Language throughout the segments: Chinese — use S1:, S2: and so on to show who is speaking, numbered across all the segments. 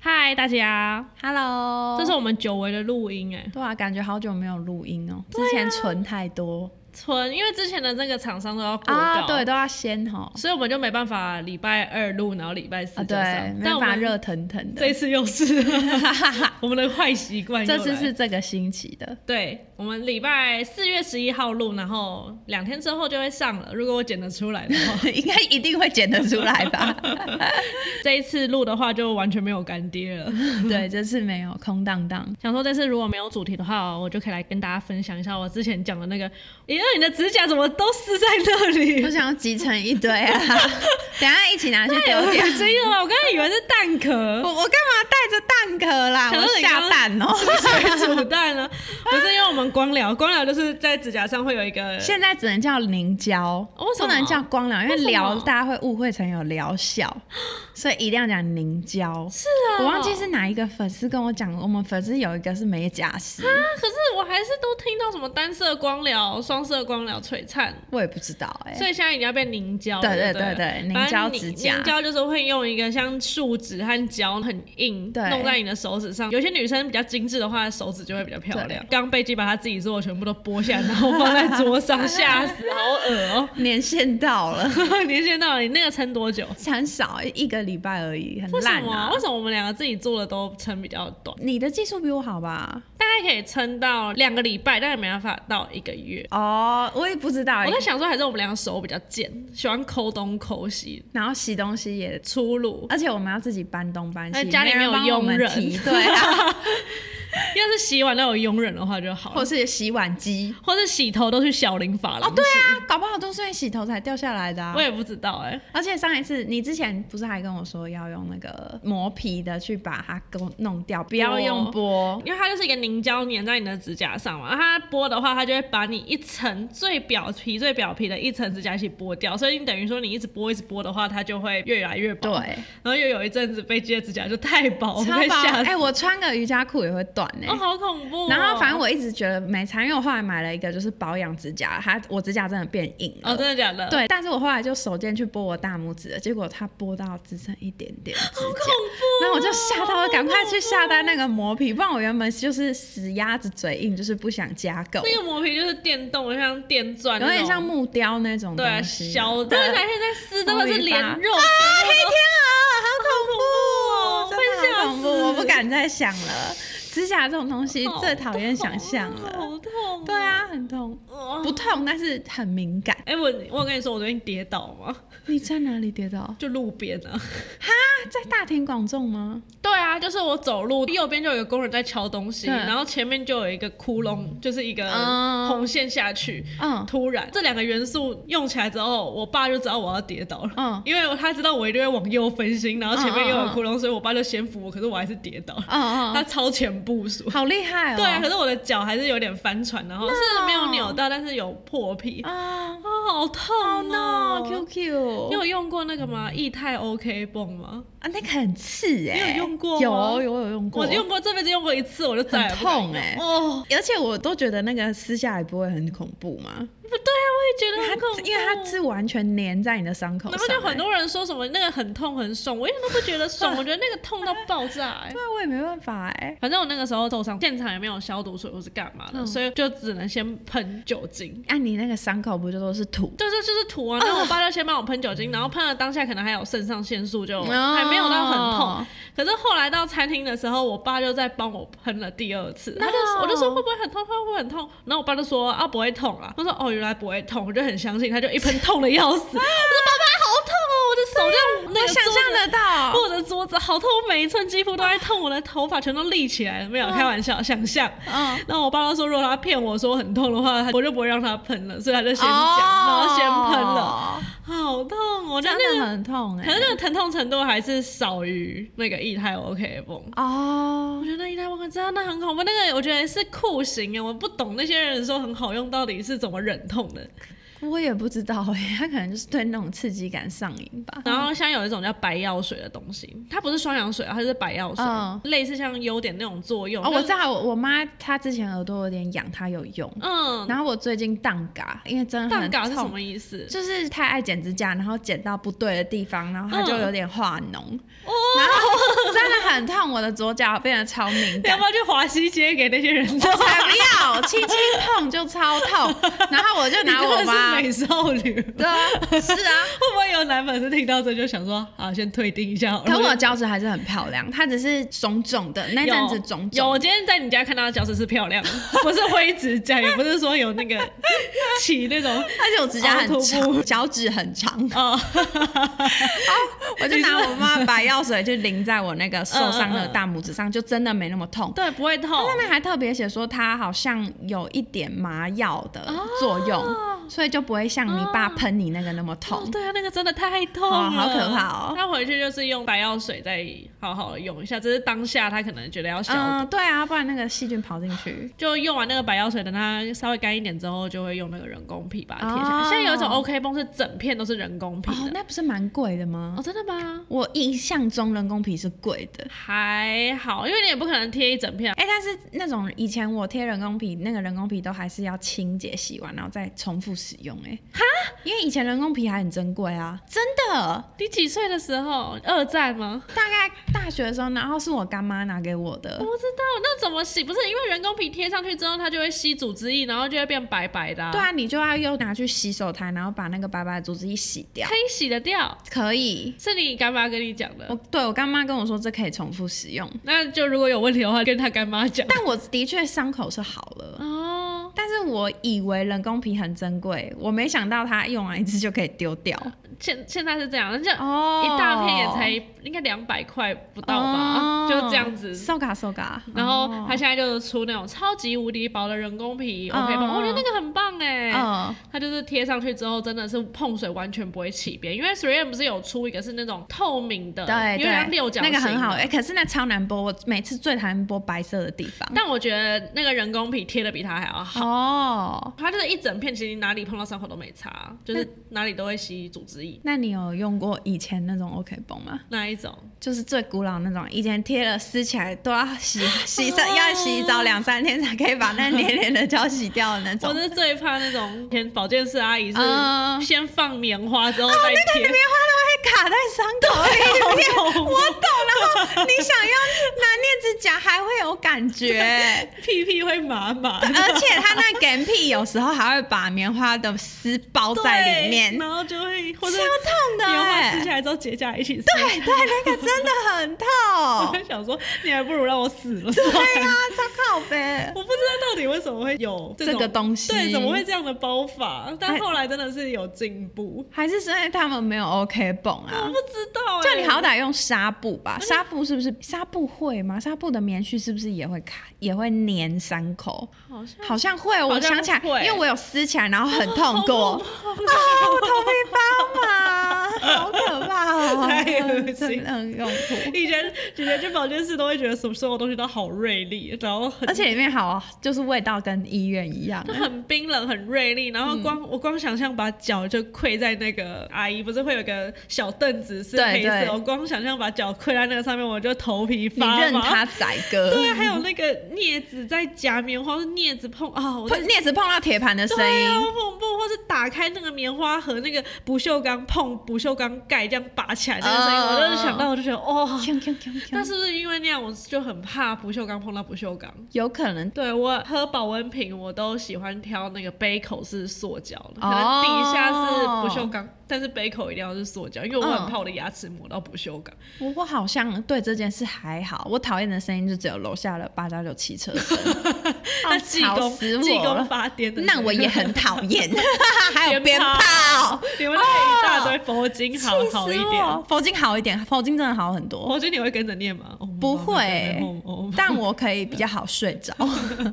S1: 嗨，大家，
S2: Hello，
S1: 这是我们久违的录音哎，
S2: 对啊，感觉好久没有录音哦、
S1: 啊
S2: 之前存太多
S1: 存，因为之前的那个厂商都要过
S2: 啊，
S1: 稿，
S2: 对，，都要先哈
S1: 所以我们就没办法礼拜二录，然后礼拜四
S2: 啊，
S1: 就
S2: 对，
S1: 上，
S2: 没
S1: 但
S2: 有
S1: 我
S2: 办法
S1: 们
S2: 热腾腾
S1: 这
S2: 的。
S1: 次又 是我们的坏习惯又
S2: 这
S1: 来，
S2: 次是这个星期的，
S1: 对，我们礼拜四月十一号录，然后两天之后就会上了，如果我剪得出来的 话。
S2: 应该一定会剪得出来 吧？
S1: 这一次录的话就完全没有干爹了。
S2: 对，这次没有空荡荡。
S1: 想说这次如果没有主题的话，我就可以来跟大家分享一下我之前讲的那个，因为你的指甲怎么都撕在那里
S2: 我？想要集成一堆啊， 等一下一起拿去
S1: 太
S2: 丢
S1: 恶
S2: 掉。
S1: 心了吧！啊我刚才以为是蛋壳，
S2: 啊我我干嘛带着蛋壳啦？
S1: 想
S2: 我
S1: 说你刚
S2: 下蛋哦、
S1: 是不是还煮蛋呢？ 不是因为我们光疗，光疗就是在指甲上会有一个，
S2: 现在只能叫凝胶，
S1: 哦为什
S2: 不
S1: 么
S2: 能叫光疗，因
S1: 为什么
S2: 疗大家会误会成有疗效，所以一定要讲凝胶。是
S1: 啊
S2: 我忘记是哪一个粉丝跟我讲，我们粉丝有一个是美甲师，
S1: 啊可是我还是都听到什么单色光疗、双色光疗、璀璨。
S2: 我也不知道哎、
S1: 所以现在已经要被凝胶了，对
S2: 对对
S1: 不
S2: 对
S1: 反
S2: 对
S1: 正
S2: 凝胶指
S1: 凝
S2: 甲
S1: 凝胶就是会用一个像树脂和胶很硬，
S2: 对
S1: 弄在你的手指上。有些女生比较精致的话，手指就会比较漂亮
S2: 对。
S1: 刚贝基把她自己做的全部都剥下来，然后放在桌 上，吓死，好恶哦、
S2: 年限到了，
S1: 年限到了，你那个撑多久？
S2: 很少一个礼拜而已，很
S1: 为什
S2: 烂
S1: 么、
S2: 啊
S1: 为。什么我们两个自己做的都撑比较短？
S2: 你的技术比我好吧？
S1: 大概可以撑到两个礼拜，但也没办法到一个月。
S2: 哦、我也不知道欸
S1: 我。在想说，还是我们两个手比较贱，喜欢抠东抠西，
S2: 然后洗东西也，
S1: 粗 鲁。
S2: 而且我们要自己搬东搬
S1: 哎
S2: 西，
S1: 家里
S2: 没
S1: 没有
S2: 人帮我们
S1: 佣人
S2: 提对啊，
S1: 要是洗碗都有佣人的话就好
S2: 或
S1: 了，
S2: 是洗碗机。
S1: 或是洗头都去小林发廊。
S2: 哦，对啊，搞不好都是因为洗头才掉下来的啊。
S1: 我也不知道哎、
S2: 而且上一次你之前不是还跟我说要用那个磨皮的去把它给我弄掉，不要用剥。
S1: 因为它就是一个凝胶粘在你的指甲上嘛，然后它剥的话，它就会把你一层最表皮、最表皮的一层指甲一起剥掉，所以你等于说你一直剥、一直剥的话，它就会越来越薄。
S2: 对，
S1: 然后又有一阵子被接指甲就太薄，我
S2: 超
S1: 被
S2: 薄！
S1: 吓
S2: 哎、
S1: 死。
S2: 我穿个瑜伽裤也会断哎、
S1: 哦，好恐怖、哦！
S2: 然后反正我一直觉得没差，因为我后来买了一个就是保养指甲，它我指甲真的变硬了。
S1: 哦，真的假的？，
S2: 对，但是我后来就手贱去剥我大拇指了，结果它剥到只剩一点点指
S1: 好恐怖、
S2: 甲，
S1: 哦！哦
S2: 然后我就吓到，
S1: 好
S2: 我赶快
S1: 恐
S2: 去
S1: 怖
S2: 下单那个磨皮，不然我原本就是死鸭子嘴硬，就是不想加购。
S1: 哦那个磨皮就是电动，像电钻那种，
S2: 有点像木雕那种
S1: 对啊
S2: 东西，
S1: 削的。
S2: 对
S1: 但是哪天在撕，真的是
S2: 头皮
S1: 连
S2: 发
S1: 肉啊！黑天
S2: 好
S1: 好恐怖哦
S2: 真的好恐怖，
S1: 会吓死
S2: 我不敢再想了。指甲这种东西
S1: 好
S2: 最讨厌想象
S1: 痛
S2: 了，
S1: 哦好痛、哦
S2: 对，啊，很痛，
S1: 不
S2: 不，痛但是很敏感。
S1: 哎、我我有跟你说我昨天跌倒吗？
S2: 你在哪里跌倒？啊，
S1: 就路边啊。
S2: 在大庭广众吗？
S1: 对啊，就是我走路，右边就有一个工人在敲东西，
S2: 对
S1: 然后前面就有一个窟窿，就是一个
S2: 嗯
S1: 红线下去。
S2: 嗯，
S1: 突然，这两个元素用起来之后，我爸就知道我要跌倒了，
S2: 嗯
S1: 因为他知道我一定会往右分心，然后前面又
S2: 嗯
S1: 有
S2: 嗯嗯
S1: 窟窿，所以我爸就先扶我，可是我还是跌倒了，
S2: 嗯
S1: 他
S2: 嗯，
S1: 超前部署。
S2: 好厉害哦！
S1: 对啊，可是我的脚还是有点翻船，然后是没有扭到，但是有破皮啊，
S2: 啊
S1: 好痛哦、
S2: ，no，QQ，
S1: 你有用过那个吗？液态 OK 泵吗？
S2: 啊，那个很刺哎，
S1: 欸你有用过吗
S2: 有有有用过，
S1: 我用过，这辈子用过一次，我就再也不敢
S2: 很痛
S1: 用
S2: 欸
S1: 哦，
S2: 而且我都觉得那个撕下来不会很恐怖吗？
S1: 不对啊，我也觉得很恐怖，
S2: 因为它是完全粘在你的伤口上、
S1: 然后就很
S2: 欸。
S1: 多人说什么那个很痛很爽，我一点都不觉得 爽，我觉得那个痛到爆炸、欸
S2: 对。啊，我也没办法哎、
S1: 反正我那个时候受伤，现场也没有消毒水或是干嘛的，
S2: 嗯
S1: 所以就只能先喷酒精。
S2: 啊，你那个伤口不就都是土？
S1: 对对，就是涂啊。然后我爸就先帮我喷酒精，然后喷了当下可能还有肾上腺素，就
S2: 嗯哦
S1: 还没有到很痛。可是后来到餐厅的时候，我爸就在帮我喷了第二次，他就
S2: No
S1: 我就说会不会很痛，会不会很痛？然后我爸就说啊不会痛啊，我说哦原来不会痛，我就很相信，他就一喷痛的要死，我说爸爸好痛哦，我的手这样那
S2: 我
S1: 个
S2: 想
S1: 桌子
S2: 象得到，
S1: 我的桌子好痛，我每一寸肌肤都在痛，我的头发全都立起来了，没有开玩笑，想象。
S2: 嗯，
S1: 那我爸都说，如果他骗我说很痛的话，他我就不会让他喷了，所以他就先讲
S2: 哦
S1: 然后先喷了，，好痛哦！我觉得
S2: 真
S1: 那
S2: 的
S1: 个，
S2: 很痛哎、
S1: 可是那个疼痛欸程度还是少于那个液态 OK 泵。我
S2: 哦，
S1: 觉得那液态 OK 真的很恐怖，
S2: 嗯
S1: 那个我觉得是酷刑啊！我不懂那些人说很好用到底是怎么忍痛的，
S2: 我也不知道哎、 他可能就是对那种刺激感上瘾吧。
S1: 然后像有一种叫白药水的东西，它不是双氧水啊，它是白药水，
S2: 嗯
S1: 类似像优点那种作用。
S2: 哦，
S1: 但
S2: 我知道，我我妈她之前耳朵有点痒，她有用。
S1: 嗯，
S2: 然后我最近荡嘎，因为真的
S1: 蛋
S2: 很
S1: 糕是什
S2: 痛，
S1: 么意思？
S2: 就是太爱剪指甲，然后剪到不对的地方，然后它就
S1: 嗯
S2: 有点化脓，然后真的很痛，我的左脚变得超敏
S1: 你要
S2: 感
S1: 不。要去华西街给那些人 做？
S2: 才不要，轻轻碰就超痛，然后我就拿我
S1: 你真
S2: 妈
S1: 的是，美少女， 会
S2: 对啊，是啊，
S1: 不会有男粉丝听到这就想说，好，先退订一下好了？
S2: 可我的脚趾还是很漂亮，它只是肿肿的，那阵子肿
S1: 有，
S2: 肿。
S1: 我今天在你家看到的脚趾是漂亮的，不是灰指甲，也不是说有那个 起那种
S2: 而且我指甲
S1: 凹
S2: 很
S1: 凸
S2: 长，脚趾很长，
S1: 哦，
S2: 我就拿我妈把药水就淋在我那个受伤的大拇指上，就真的没那么痛。
S1: 对，不会痛。
S2: 上面还特别写说它好像有一点麻药的作用，所以就不会像你爸喷你那个那么
S1: 哦
S2: 痛。
S1: 对啊，那个真的太痛了，
S2: 哦好可怕哦
S1: 他回去就是用白药水再好好的用一下，只是当下他可能觉得要消毒，
S2: 嗯，对啊，不然那个细菌跑进去。
S1: 就用完那个白药水，等它稍微干一点之后，就会用那个人工皮把它贴下来。
S2: 哦
S1: 现在有一种 OK 绷是整片都是人工皮
S2: 哦，
S1: 的，
S2: 那不是蛮贵的吗
S1: 哦，？真的吗？
S2: 我印象中人工皮是贵的。
S1: 还好，因为你也不可能贴一整片啊。
S2: 哎、但是那种以前我贴人工皮，那个人工皮都还是要清洁、洗完，然后再重复使用、哎，哈，因为以前人工皮还很珍贵啊，真的。
S1: 你几岁的时候？二战吗？
S2: 大概大学的时候，然后是我干妈拿给我的
S1: 我，不知道，那怎么洗？不是因为人工皮贴上去之后，它就会吸组织液，然后就会变白白的、
S2: 对，啊，你就要又拿去洗手台，然后把那个白白的竹子一洗掉
S1: 可，以洗得掉，
S2: 可以。
S1: 是你干妈跟你讲
S2: 我
S1: 的。
S2: 对我干妈跟我说这可以重复使用，
S1: 哦那就如果有问题的话，跟他干妈讲。
S2: 但我的确伤口是好了。
S1: 哦，
S2: 但是我以为人工皮很珍贵，我没想到它用完一次就可以丢掉。
S1: 现现在是这样，那就
S2: 哦
S1: 一大片也才应该两百块不到吧，
S2: 哦
S1: 就这样子。
S2: 瘦嘎瘦嘎，
S1: 然后
S2: 哦
S1: 他现在就是出那种超级无敌薄的人工皮
S2: 嗯
S1: OK 绷，
S2: 嗯
S1: 我觉得那个很棒哎。
S2: 嗯，
S1: 它就是贴上去之后，真的是碰水完全不会起边，因为 t r e m 不是有出一个是那种透明的，
S2: 对
S1: 有点像
S2: 对，
S1: 六角
S2: 那
S1: 形的
S2: 个很好，哎、可是那超难剥，我每次最讨厌剥白色的地方。
S1: 但我觉得那个人工皮贴的比它还要好。
S2: 哦，
S1: 它就是一整片，其实你哪里碰到伤口都没擦，就是
S2: 嗯
S1: 哪里都会吸组织液。
S2: 那你有用过以前那种 OK 绷吗？
S1: 那一种？
S2: 就是最古老那种，以前贴了撕起来都要洗 洗上
S1: 哦
S2: 要洗澡两三天才可以把那黏黏的胶洗掉的那种。
S1: 我是最怕那种，连保健室阿姨是
S2: 嗯哦
S1: 先放棉花之后再贴，
S2: 棉花都会卡在伤口 里面，
S1: 好恐怖
S2: 我懂。然后你想要拿镊子夹，还会有感 觉。
S1: 屁屁会麻麻的，
S2: 而且它那 g a m p 有时候还会把棉花的丝包在里面
S1: 对，然后就会或
S2: 超
S1: 者
S2: 痛的、
S1: 棉花撕
S2: 欸
S1: 下。来之后结下来一起撕。
S2: 对对，那个真的很痛。
S1: 我 就想说，你还不如让我死了算
S2: 对
S1: 了。
S2: 啊，超靠呗。
S1: 我不知道到底为什么会有种
S2: 这个东西哎
S1: 对，怎么会这样的包法？但后来真的是有进步，
S2: 还是是因为他们没有 OK 绷
S1: 我
S2: 啊
S1: 不？知道、欸。
S2: 就你好歹用纱布吧，纱布是不是纱布会吗？纱布的棉絮是不是也会卡，也会粘伤口？
S1: 好像
S2: 嗯好像会，我
S1: 好像
S2: 想起来，
S1: 会
S2: 因为我有撕起来，然后很痛过，啊，我头皮发麻，好可怕 哦，
S1: 太恶心
S2: 真的很痛苦。
S1: 以前以前去保健室都会觉得什么所有东西都好锐利，然后 很
S2: 而且里面好，就是味道跟医院一样
S1: 就。很冰冷、很锐利，然后
S2: 嗯
S1: 光、我光想象把脚就跪在那个阿姨不是会有个小凳子是
S2: 对
S1: 黑色，
S2: 对
S1: 我光想象把脚跪在那个上面，我就头皮
S2: 你
S1: 发
S2: 任
S1: 麻
S2: 他。宰割，
S1: 对，啊还有那个镊子在夹棉花，或是镊子碰啊，我
S2: 碰
S1: 在
S2: 镊子碰到铁盘的声
S1: 对啊，
S2: 音，
S1: 好恐怖，或是打开那个棉花盒，那个不锈钢碰不锈钢盖这样拔起来那个声音，
S2: 嗯
S1: 我就是想到我就觉得哦，
S2: 锵锵锵锵
S1: 那是不是因为那样我就很怕不锈钢碰到不锈钢？
S2: 有可能
S1: 对我喝保温瓶，我都喜欢挑那个杯口是塑胶的，可能
S2: 哦
S1: 底下是不锈钢，但是杯口一定要是塑胶，因为我很怕我的牙齿磨到不锈钢。
S2: 我我好像对这件事还好，我讨厌的声音就只有楼下的八加九汽车 声，
S1: 那
S2: 啊
S1: 济
S2: 吵
S1: 公
S2: 死
S1: 济
S2: 我
S1: 公
S2: 了。
S1: 发癫的声音，
S2: 那 我也很讨厌，还有鞭炮
S1: 炮，， 你们那一大堆佛经好
S2: 气死
S1: 好一点。
S2: 我。佛经好一点，佛经真的好很多。
S1: 佛经你会跟着念吗？我不
S2: 不会欸
S1: 我我
S2: 但我可以比较好睡 着。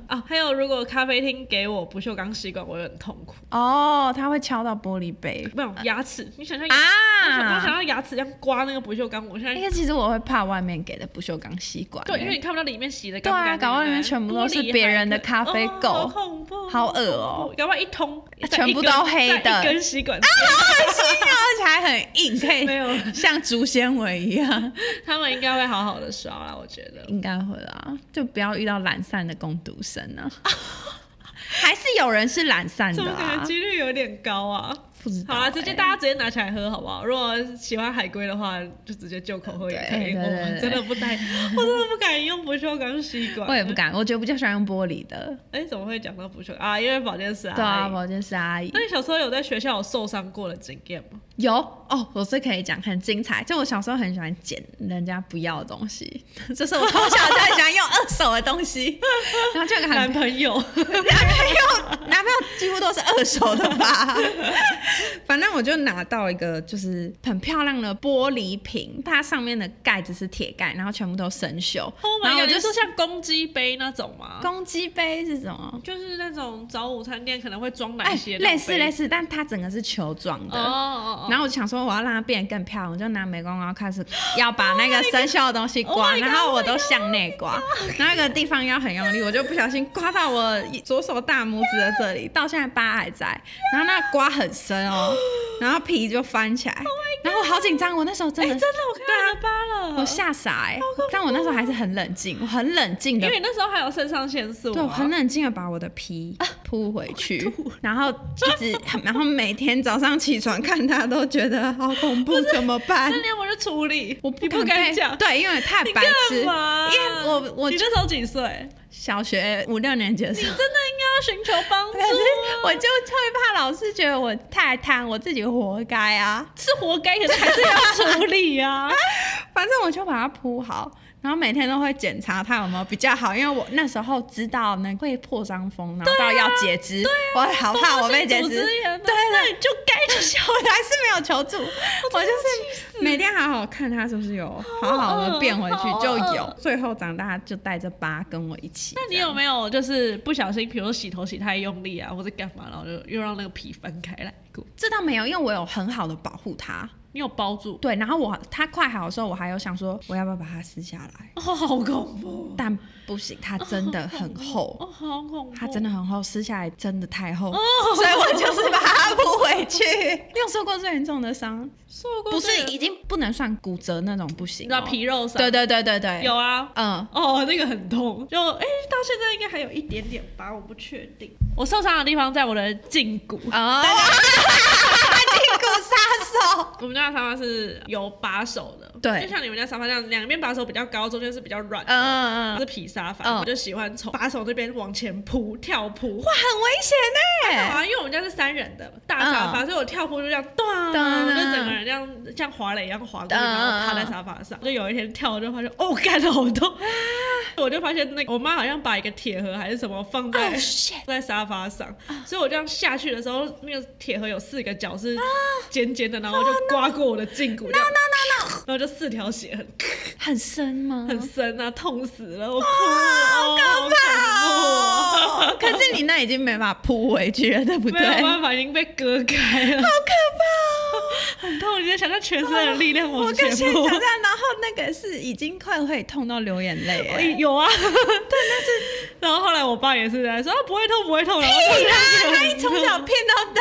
S1: 啊，还有如果咖啡厅给我不锈钢吸管，我会很痛苦。
S2: 哦，它会敲到玻璃杯
S1: 没有牙齿，你想象牙齿，哎我想我想
S2: 啊！哎
S1: 要牙齿这样刮那个不锈钢，我现在
S2: 因为其实我会怕外面给的不锈钢吸管欸、
S1: 对，因为你看不到里面洗的
S2: 对
S1: 干
S2: 啊
S1: 不干净。
S2: 搞不好里面全部都是
S1: 玻璃
S2: 别人的
S1: 还
S2: 咖啡垢
S1: 哦好恐怖，
S2: 好恶哦
S1: 恐怖搞不好一通
S2: 啊全部都黑的啊
S1: 再一根吸管，
S2: 而且还很硬，可
S1: 没有
S2: 以像竹纤维一样，
S1: 他们应该会好好的刷啦，我觉得。
S2: 应该会啦，就不要遇到懒散的攻读生啊。 还是有人是懒散
S1: 怎
S2: 的
S1: 么感觉
S2: 啊，
S1: 几率有点高啊？
S2: 不知道、
S1: 好
S2: 欸。
S1: 啦，直接大家直接拿起来喝好不好？如果喜欢海龟的话，就直接就口喝也可以。
S2: 对对对
S1: 我真的不太， 我真的不敢用不锈钢吸管。
S2: 我也不。敢，我觉得比较喜欢用玻璃的。
S1: 哎，怎么会讲到不锈钢啊？因为保健室啊。
S2: 对啊，。保健室阿姨
S1: 那你小时候有在学校有受伤过的经验 吗？
S2: 有哦，我是可以讲很精彩。就我小时候很喜欢捡人家不要的东西，就是 我从小就很喜欢用二手的东西， 然后就有个很
S1: 男朋 友，
S2: 男朋友，男朋友几乎都是二手的吧。 反正我就拿到一个就是很漂亮的玻璃瓶，它上面的盖子是铁盖，然后全部都生锈。
S1: Oh
S2: 然
S1: my
S2: 后我
S1: god！你
S2: 就是
S1: 说像公鸡杯那种吗？
S2: 公鸡杯是什么？
S1: 就是那种早午餐店可能会装
S2: 哎
S1: 奶昔，的那种杯，
S2: 类似类似，但它整个是球状
S1: 哦
S2: 的。
S1: 哦哦。
S2: 然后我就想说，我要让它变得更漂亮，我就拿美工刀开始要把那个生锈的东西
S1: Oh
S2: 刮
S1: my god, Oh
S2: 然后我都向内刮，然后那个地方要很用力，我就不小心刮到我左手大拇指的这里，到现在疤还在，然后那个刮很深 哦，然后皮就翻起来然后我好紧张，我那时候真
S1: Oh 哎，
S2: 的，
S1: 真的，我看到你的疤了，
S2: 我吓傻哎、但我那时候还是很冷静，我很冷静
S1: 因
S2: 的
S1: 为你那时候还有肾上腺素啊，
S2: 对，我很冷静的把我的 皮铺回去，然后一直，然后每天早上起床看他都觉得好 恐怖，怎么办
S1: 那？你要么就处理，
S2: 啊我
S1: 你不
S2: 敢
S1: 敢
S2: 被
S1: 讲，
S2: 对，因为太
S1: 你
S2: 白
S1: 干
S2: 痴。因
S1: 嘛？
S2: 为我我
S1: 你那时候几岁？
S2: 小学五六年级的时候
S1: 真，的应该要寻求 帮助
S2: 可，是
S1: 啊
S2: 我就会怕老师觉得我太贪，我自己活该啊。
S1: 是活该，可是还是要处理 啊。
S2: 反正我就把它铺好，然后每天都会检查它有没有比较好，因为我那时候知道那会破伤风，
S1: 啊
S2: 然后到要截肢，我好怕我被截
S1: 组
S2: 肢
S1: 织。员啊，
S2: 对那你就该就笑， 我还是没有求助，我就是每天好好看他是不是有好好的变回去
S1: 好，饿
S2: 就
S1: 好
S2: 有
S1: 饿。
S2: 最后长大就带着疤跟我一起。
S1: 那你有没有就是不小心，比如说洗头洗太用力啊，或者干嘛，然后就又让那个皮翻开来过？
S2: 这倒没有，因为我有很好的保护它。
S1: 你有包住？
S2: 对，然后我它快好的时候，我还有想说我要不要把它撕下来，
S1: 哦，好恐怖！
S2: 但不行，它真的很厚。
S1: 哦，好恐怖！
S2: 它真的很厚，撕下来真的太厚，
S1: 哦
S2: 所以我就是把它补回 去。你有受过最严重的伤？
S1: 受过
S2: 不
S1: 这
S2: 是，
S1: 个
S2: 已经不能算骨折那种，不行、
S1: 你
S2: 哦。
S1: 知道皮肉伤？
S2: 对对对对对，
S1: 有啊。
S2: 嗯，
S1: 哦，那个很痛，就哎、到现在应该还有一点点疤，我不确定。我受伤的地方在我的胫骨，
S2: 哦， 金骨杀手，
S1: 我们家的沙发是有把手的，
S2: 对
S1: 就像你们家沙发这样，两边把手比较高，中间是比较软的。
S2: 嗯嗯，
S1: 是皮沙发，
S2: 嗯
S1: 我就喜欢从把手这边往前扑跳扑。
S2: 哇，很危险欸
S1: 好
S2: 呢。
S1: 啊，因为我们家是三人的大沙发，所以我跳扑就这样，咚，
S2: 嗯咚
S1: 就整个人这样像滑垒一样滑过去，
S2: 嗯
S1: 然后趴在
S2: 嗯嗯
S1: 沙发上。就有一天跳，我就发现哦， 干好痛，我就发现那个我妈好像把一个铁盒还是什么放在
S2: Oh, shit 啊
S1: 在沙发上，所以我这样下去的时候，那个铁盒有四个角是尖尖的，然后就刮过我的胫骨，no no no no，然后就四条血痕，
S2: 很深吗？
S1: 很深啊，痛死了，我哭了，哦好可怕哦，
S2: 哦，可是你那已经没办法扑回去了，对不
S1: 没
S2: 对？
S1: 有
S2: 好
S1: 办法，已经被割开了，
S2: 可怕哦！
S1: 很痛，你在想象全身的力量
S2: 我
S1: 往
S2: 跟
S1: 前
S2: 现
S1: 扑
S2: 场，这样，然后那个是已经快会痛到流眼泪
S1: 哎
S2: 了。
S1: 有啊， 对，但是然后后来我爸也是在说啊不会痛不会痛，然后我就
S2: 对啊，他一从小骗到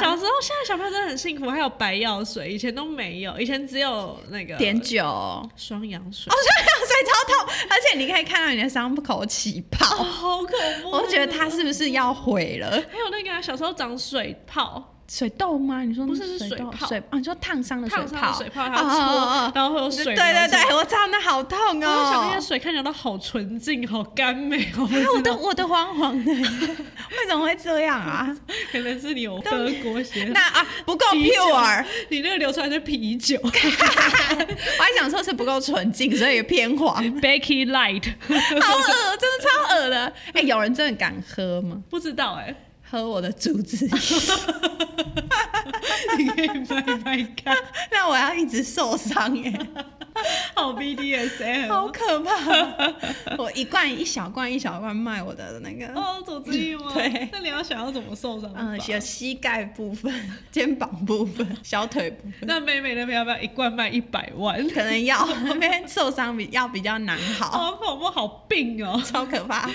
S1: 小时候，现在小朋友真的很幸福，还有白药水，以前都没有，以前只有那个
S2: 点酒，哦，
S1: 双氧水。
S2: 所以两岁超痛，而且你可以看到你的伤口起
S1: 哦，
S2: 泡，
S1: 好恐怖！
S2: 哦我觉得他是不是要毁了？
S1: 还有那个啊、小时候长水泡，
S2: 水痘吗？你说
S1: 不是是
S2: 水
S1: 水
S2: 痘
S1: 泡
S2: 水啊？你说烫伤的
S1: 烫伤
S2: 泡？
S1: 的水泡，它
S2: 哦
S1: 搓，
S2: 哦哦哦
S1: 然后会有
S2: 对
S1: 水。
S2: 对对，，我知道那好痛
S1: 我就想那些
S2: 哦。
S1: 水看起来都好纯净、好甘美，我不
S2: 啊，我
S1: 知
S2: 都
S1: 道，
S2: 我都慌慌 的，为什么会这样啊？
S1: 可能是你有德国血统
S2: 那啊不够
S1: 啤酒
S2: pure，
S1: 你那个流出来是啤酒
S2: 我还想说是不够纯净，所以偏黄。
S1: ，Becky Light，
S2: 好恶，真的超恶的。哎、有人真的敢喝吗？
S1: 不知道哎、
S2: 喝我的竹子，
S1: 你可以掰掰看，
S2: 那我要一直受伤 哎、
S1: 好 BDSM
S2: 好
S1: 哦。
S2: 可怕！我一罐一小罐一小罐卖我的那个，
S1: 哦，组织力吗？
S2: 对
S1: 那你要想要怎么受伤？
S2: 嗯，有膝盖部分、 肩膀部 分、小腿部分，
S1: 那美美那边要不要一罐卖一百万？
S2: 可能要 那边受伤比要比较难好，
S1: 哦，宝宝好病 哦。
S2: 超可怕。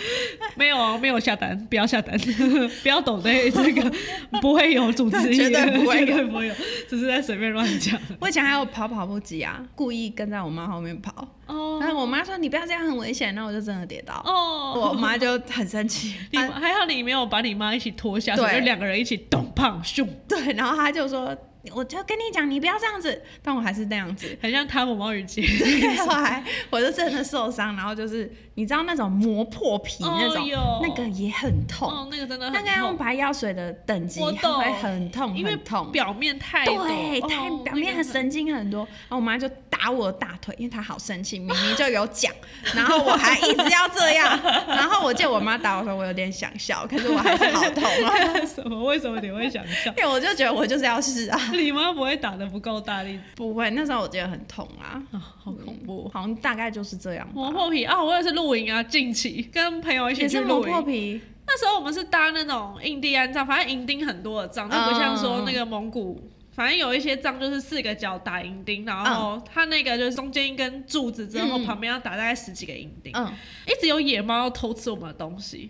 S1: 没有啊，没有下单，不要下单， 不要懂对这个，不会有组织力，
S2: 绝对不会有
S1: 绝对不会有，只是在随便乱讲。
S2: 我以前还有跑跑步机啊，故意跟在我妈后面跑，
S1: 哦
S2: 然后我妈说你不要这样很危险，那我就真的跌倒，
S1: 哦，
S2: 我妈就很生气。
S1: 你
S2: 她
S1: 还好，你没有把你妈一起拖下，
S2: 对
S1: 所以就两个人一起咚胖凶，
S2: 对，然后她就说，我就跟你讲，你不要这样子，但我还是那样子。
S1: 很像汤姆猫与杰。
S2: 对，后来我就真的受伤，然后就是你知道那种磨破皮那种，
S1: 哦有
S2: 那个也很痛，
S1: 哦，那个真的
S2: 那
S1: 很
S2: 个要用
S1: 痛，
S2: 白药水的等级
S1: 我懂
S2: 会很痛，
S1: 因为
S2: 很痛。
S1: 表面太多
S2: 对，
S1: 哦
S2: 太
S1: 那个
S2: 表面很神经很多，然后我妈就打我的大腿，因为她好生气，明明就有讲，然后我还一直要这样，然后我见我妈打我的时候，我有点想笑，可是我还是好痛啊，
S1: 什么？ 为什么你会想笑？
S2: 因为我就觉得我就是要试啊，
S1: 你妈不会打的不够大力
S2: 不会，那时候我觉得很痛啊，
S1: 啊，好恐怖！
S2: 好像大概就是这样吧，
S1: 磨破皮啊！我也是露营啊，近期跟朋友一
S2: 嗯也
S1: 起去
S2: 是磨
S1: 露
S2: 破
S1: 营，
S2: 皮，
S1: 那时候我们是搭那种印第安帐，反正营钉很多的帐，它不像说那个蒙古。反正有一些帐就是四个角打银钉，然后它那个就是中间一根柱子之后，
S2: 嗯
S1: 旁边要打大概十几个银钉，
S2: 嗯。
S1: 一直有野猫要偷吃我们的东西。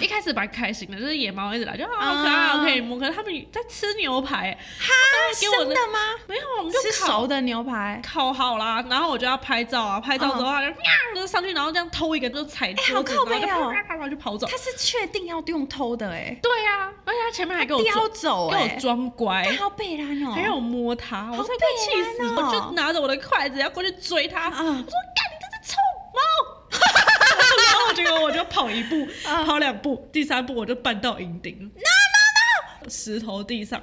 S1: 一开始蛮开心的，就是野猫一直来，就啊好可爱，
S2: 嗯
S1: 可以摸。可是他们在吃牛排，
S2: 哈，
S1: 给我
S2: 真
S1: 的
S2: 的吗？
S1: 没有，我们就
S2: 吃
S1: 烤
S2: 熟的牛排，
S1: 烤好啦，然后我就要拍照啊，拍照之后他就喵，就上去，然后这样偷一个就踩
S2: 嗯哎
S1: 桌
S2: 好
S1: 子，
S2: 靠背
S1: 然后就
S2: 哦
S1: 啪啪啪啪就跑走
S2: 他。是确定要用偷的哎、
S1: 对呀、啊，而且他前面还给我
S2: 叼
S1: 装
S2: 走
S1: 给
S2: 哎、
S1: 我装乖，
S2: 他好北兰哦，
S1: 还让我摸他，我
S2: 好
S1: 真的快气死
S2: 北
S1: 了！
S2: 兰
S1: 我
S2: 哦
S1: 就拿着我的筷子要过去追他，我说：“干
S2: 啊
S1: 你这只臭猫！” 然后结果我就跑一步，
S2: 啊
S1: 跑两步，第三步我就绊到银钉，no no no，石头地上。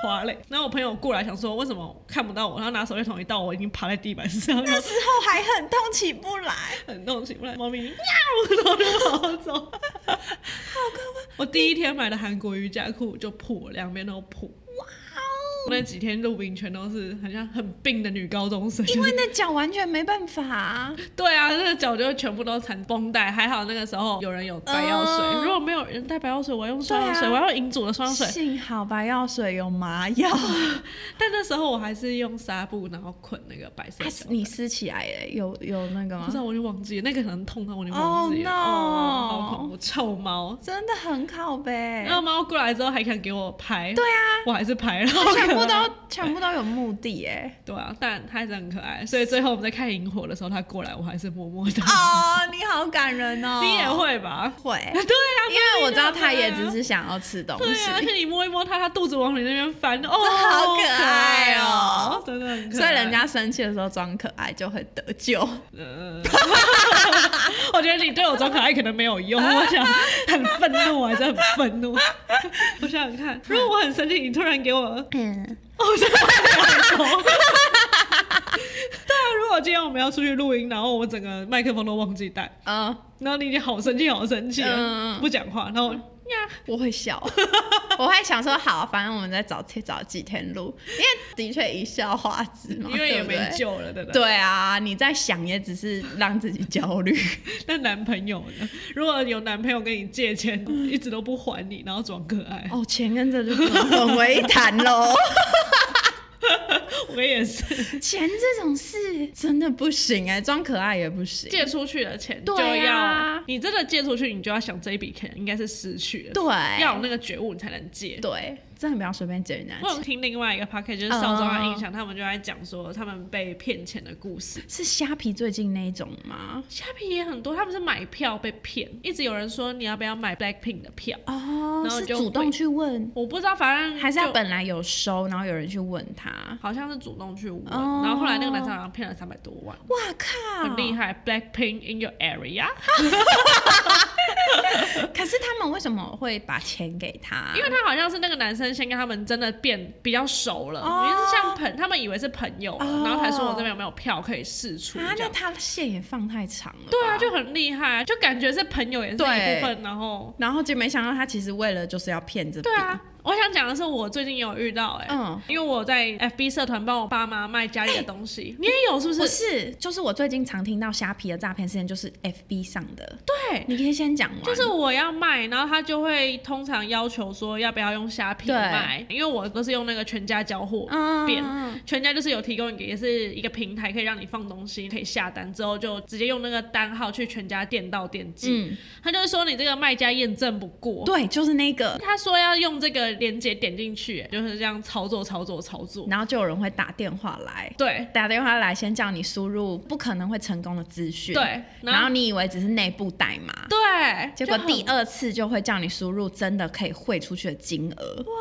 S1: 滑嘞，然后我朋友过来想说为什么看不到我，然后拿手电筒一照，我已经趴在地板上，然后
S2: 那时候还很痛起不来，
S1: 很动情，不然猫咪喵，然后就跑走，好可怕！我第一天买的韩国瑜伽裤就破，两边都破。
S2: 哇哦！
S1: 那几天录影全都是很像很病的女高中生，
S2: 因为那脚完全没办法、啊，
S1: 对啊，那个脚就全部都缠绷带。还好那个时候有人有白药水，
S2: 嗯
S1: 如果没有人带白药水，我要用双氧水，
S2: 对啊
S1: 我要用银组的双氧水。
S2: 幸好白药水有麻 药，
S1: 但那时候我还是用纱布，然后捆那个白色
S2: 啊
S1: 小带。
S2: 你撕起来哎、有有那个
S1: 不知
S2: 吗？
S1: 道我就忘记了，那个可能痛到我就忘记了。
S2: Oh, 哦 no
S1: 哦好恐怖，臭猫！
S2: 真的很靠背
S1: 然，后猫过来之后还想给我拍，
S2: 对啊，
S1: 我还是拍了，
S2: 它全
S1: 好
S2: 部
S1: 可爱
S2: 都全部都有目 的哎、
S1: 对啊，但它还是很可爱，所以最后我们在看萤火的时候，它过来，我还是默默的。
S2: 哦，你好感人哦，
S1: 你也会吧？。
S2: 会
S1: 对啊，
S2: 因为我知道他也
S1: 不然
S2: 只
S1: 呢
S2: 是想要吃东
S1: 对
S2: 西
S1: 啊，，而且你摸一摸它，它肚子往你那边翻，哦，
S2: 好可爱哦
S1: 好可爱真的很可
S2: 所
S1: 爱。
S2: 以人家生气的时候装可爱就会得救。
S1: 呃， 我觉得你对我装可爱可能没有 用，我想很愤怒，我还是很愤怒。 我想想 看，如果我很生气，你突然给我
S2: 嗯，
S1: 哦，我真的很头。 对啊，如果今天我们要出去录音，然后我整个麦克风都忘记带，
S2: 呃，
S1: 然后你已经好生气，好生气了，
S2: 嗯
S1: 不讲话，然后我呀，
S2: 我会笑， 我会想说好，反正我们再找找几天录，因为的确一笑话之嘛，
S1: 因为也
S2: 哦对不对
S1: 没。救了，对不对？
S2: 对啊，你在想也只是让自己 焦虑，
S1: 那男朋友呢？如果有男朋友跟你借钱，一直都不还你，然后装可爱，
S2: 哦，钱跟这就不能混为一谈喽。
S1: 我也是，
S2: 钱这种事真的不行哎、装可爱也不行。
S1: 借出去的钱就
S2: 对
S1: 要，
S2: 啊
S1: 你真的借出去，你就要想这一笔钱应该是失去了，
S2: 对，
S1: 要有那个觉悟，你才能借。
S2: 对，真的不要随便借人家
S1: 我有
S2: 钱，
S1: 听另外一个 p o c k e t 就是《少中的印象》，他们就在讲说他们被骗钱的故事。
S2: 是虾皮最近那一种吗？
S1: 虾皮也很多，他们是买票被骗，一直有人说你要不要买 Blackpink 的票，
S2: 哦
S1: 然后
S2: 是
S1: 就
S2: 主
S1: 会
S2: 动去问，
S1: 我不知道，反正
S2: 还是他
S1: 就
S2: 本来有收，然后有人去问他？
S1: 好像是主动去问，
S2: 哦
S1: 然后后来那个男生好像骗了三百多万，
S2: 哇靠，
S1: 很厉！害，Blackpink in your area，
S2: 可是他们为什么会把钱给他？
S1: 因为他好像是那个男生先跟他们真的变比较熟了，
S2: 哦
S1: 因为是像朋，他们以为是朋友了，
S2: 哦
S1: 然后才说我这边有没有票可以试出
S2: 啊，
S1: 这
S2: 那
S1: 样。
S2: 他线也放太长了吧。
S1: 对啊，就很厉害，就感觉是朋友也是一
S2: 对
S1: 部分，然后
S2: 然后就没想到他其实为了就是要骗这笔。
S1: 对啊，我想讲的是，我最近有遇到哎、
S2: 嗯
S1: 因为我在 FB 社团帮我爸妈卖家里的东西，你也有是不
S2: 不
S1: 是？
S2: 是，就是嗯我最近常听到虾皮的诈骗事件，就是 FB 上的。
S1: 对，
S2: 你可以先讲完。
S1: 就是我要卖，然后他就会通常要求说要不要用虾皮
S2: 对
S1: 卖，因为我都是用那个全家交货
S2: 嗯
S1: 变。
S2: 嗯嗯
S1: 全家就是有提供一个，也是一个平台，可以让你放东西，可以下单之后就直接用那个单号去全家店到店寄。
S2: 嗯，
S1: 他就是说你这个卖家验证不过，
S2: 对，就是那个，
S1: 他说要用这个链接点进去，就是这样操作操作操作。
S2: 然后就有人会打电话来，
S1: 对
S2: 打电话来先叫你输入不可能会成功的资讯，
S1: 对，
S2: 然
S1: 然
S2: 后
S1: 后
S2: 你以为只是内部代码，
S1: 对，
S2: 结果
S1: 就很
S2: 第二次就会叫你输入真的可以汇出去的金额。哇！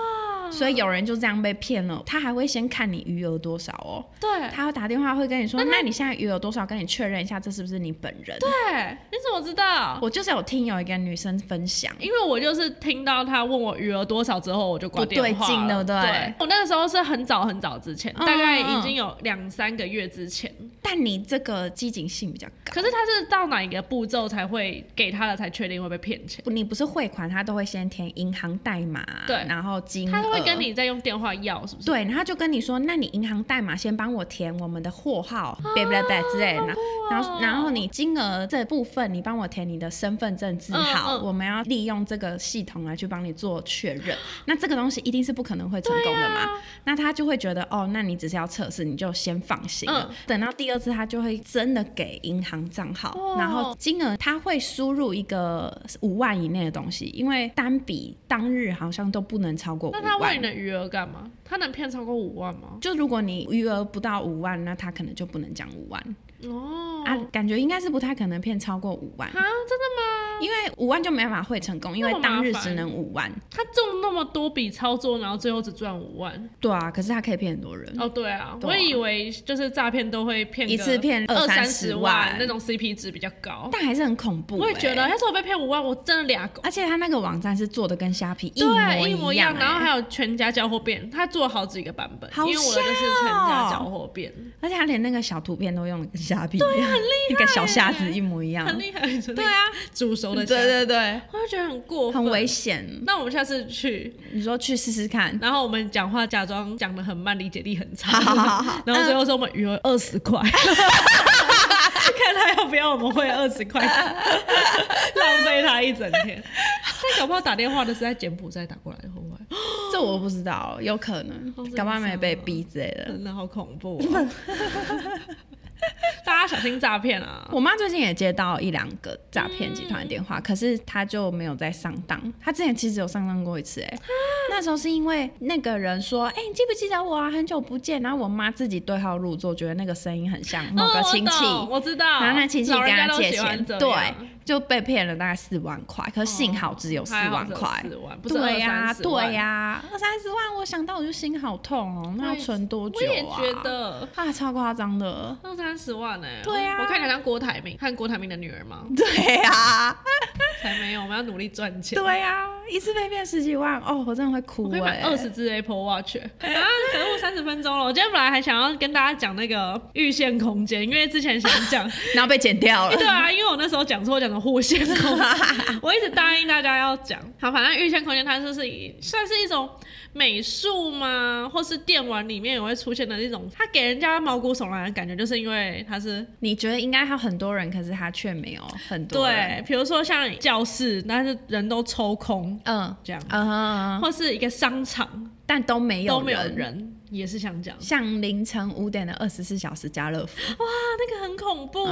S2: 所以有人就这样被骗了，他还会先看你余额多少哦，
S1: 对
S2: 他会打电话会跟你说，那你现在余额多少，跟你确认一下这是不是你本人。对，
S1: 对，你怎么知道？
S2: 我就是有听有一个女生分享，
S1: 因为我就是听到他问我余额多少之后，我就挂电话了
S2: 不对劲对不对
S1: 我那个时候是很早很早之前，
S2: 嗯
S1: 大概已经有两三个月之前。
S2: 但你这个积极性比较高。
S1: 可是他是到哪一个步骤才会给他了，才确定会被骗钱？
S2: 你不是汇款，他都会先填银行代码，
S1: 对
S2: 然后金额，
S1: 他会跟你再用电话要，是不是？
S2: 嗯对，然后就跟你说，那你银行代码先帮我填我们的货号，b
S1: 啊
S2: 不 a 对之类的，然后然
S1: 哦
S2: 后然后你金额这部分你帮我填你的身份证字号，
S1: 嗯嗯
S2: 我们要利用这个系统来去帮你做确认。那这个东西一定是不可能会成功的嘛？
S1: 啊
S2: 那他就会觉得哦，那你只是要测试，你就先放心了。
S1: 嗯
S2: 等到第二次，他就会真的给银行账号，
S1: 哦
S2: 然后金额他会输入一个五万以内的东西，因为单笔当日好像都不能超过五
S1: 那
S2: 万。
S1: 他问你的余额干嘛？他能骗超过五万吗？
S2: 就如果你余额不到五万，那他可能就不能讲五万、
S1: 哦，
S2: 啊，感觉应该是不太可能骗超过五万，
S1: 啊，真的吗？
S2: 因为五万就没办法汇成功，因为
S1: 那么麻
S2: 当日
S1: 烦
S2: 只能五万。
S1: 他中那么多笔操作，然后最后只赚五万。
S2: 对啊，可是他可以骗很多人。
S1: 哦，对啊，
S2: 对啊
S1: 我以为就是诈骗都会骗个
S2: 一次骗
S1: 二
S2: 二
S1: 三
S2: 三
S1: 十
S2: 十
S1: 万
S2: 万
S1: 那种 CP 值比较高。
S2: 但还是很恐怖、
S1: 我也觉得，
S2: 欸
S1: 要是我被骗五万，我真的俩狗。
S2: 而且他那个网站是做的跟虾皮一
S1: 对，一
S2: 模
S1: 模
S2: 样、欸
S1: 然后还有全家交货变，他做好几个版本，
S2: 好
S1: 因为我的就是全家交货变，
S2: 而且他连那个小图片都用的跟虾皮一样，一个小虾子一模一样。
S1: 欸很厉害，真的
S2: 对，啊，
S1: 煮熟的
S2: 对
S1: 虾，
S2: 对对，
S1: 我就觉得很过分，
S2: 很危。险。
S1: 那我们下次去，
S2: 你说去试试看，
S1: 然后我们讲话假装讲的很慢，理解力很差，
S2: 好好好嗯
S1: 然后最后说我们余额二十块， 看他要不要我们汇二十 块，浪费他一整天。但搞不好打电话的是在柬埔寨打过来的，会不会？
S2: 这我不知道，有可能
S1: 好，
S2: 搞不好没被
S1: 悲伤哦
S2: 逼之类的。
S1: 真的好恐怖、 哦，大家小心诈骗啊！
S2: 我妈最近也接到一两个诈骗集
S1: 嗯
S2: 团的电话，可是她就没有再上当。她之前其实有上当过一次、欸，
S1: 啊
S2: 哎， 那时候是因为那个人说，哎、你记不记得我啊？很久不见。然后我妈自己对号入座，觉得那个声音很像某个亲戚，
S1: 哦我懂我知道，
S2: 然后那亲戚
S1: 老
S2: 跟
S1: 人家
S2: 她
S1: 都
S2: 借
S1: 喜欢
S2: 钱，
S1: 这
S2: 对
S1: 样，
S2: 就被骗了大概四万块。可是幸好只有四万块。
S1: 四万，不是
S2: 对呀、
S1: 二三十万
S2: 对呀、啊二三十万，我想到我就心好痛哦。那要存多久
S1: 我也
S2: 啊？
S1: 觉得。
S2: 啊，超夸张的。
S1: 二三十万呢、
S2: 对啊
S1: 我看起来像郭台铭，看郭台铭的女儿吗？
S2: 对呀、
S1: 啊才没有，我们要努力赚钱。
S2: 对啊呀、一次被骗十几万，哦，我真的会哭
S1: 我可以
S2: 哎、
S1: 买
S2: 欸。
S1: 二十只 Apple Watch 啊！可恶，三十分钟了。我今天本来还想要跟大家讲那个预限空间，因为之前想 讲，
S2: 然后被剪掉 了
S1: 对。啊，因为我那时候讲错，讲的互限空 间，我一直答应大家要讲。好，反正预限空间它就是一算是一种美术吗，或是电玩里面也会出现的那种，它给人家毛骨悚然的感觉，就是因为它是
S2: 你觉得应该还有很多人，可是他却没有很多人。
S1: 对，比如说像教室，但是人都抽空
S2: 嗯
S1: 这样，
S2: 嗯哼，
S1: 或是一个商场
S2: 但都没有
S1: 都没有人，也是想讲。
S2: 像凌晨五点的二十四小时家乐福，
S1: 那个很恐怖哎、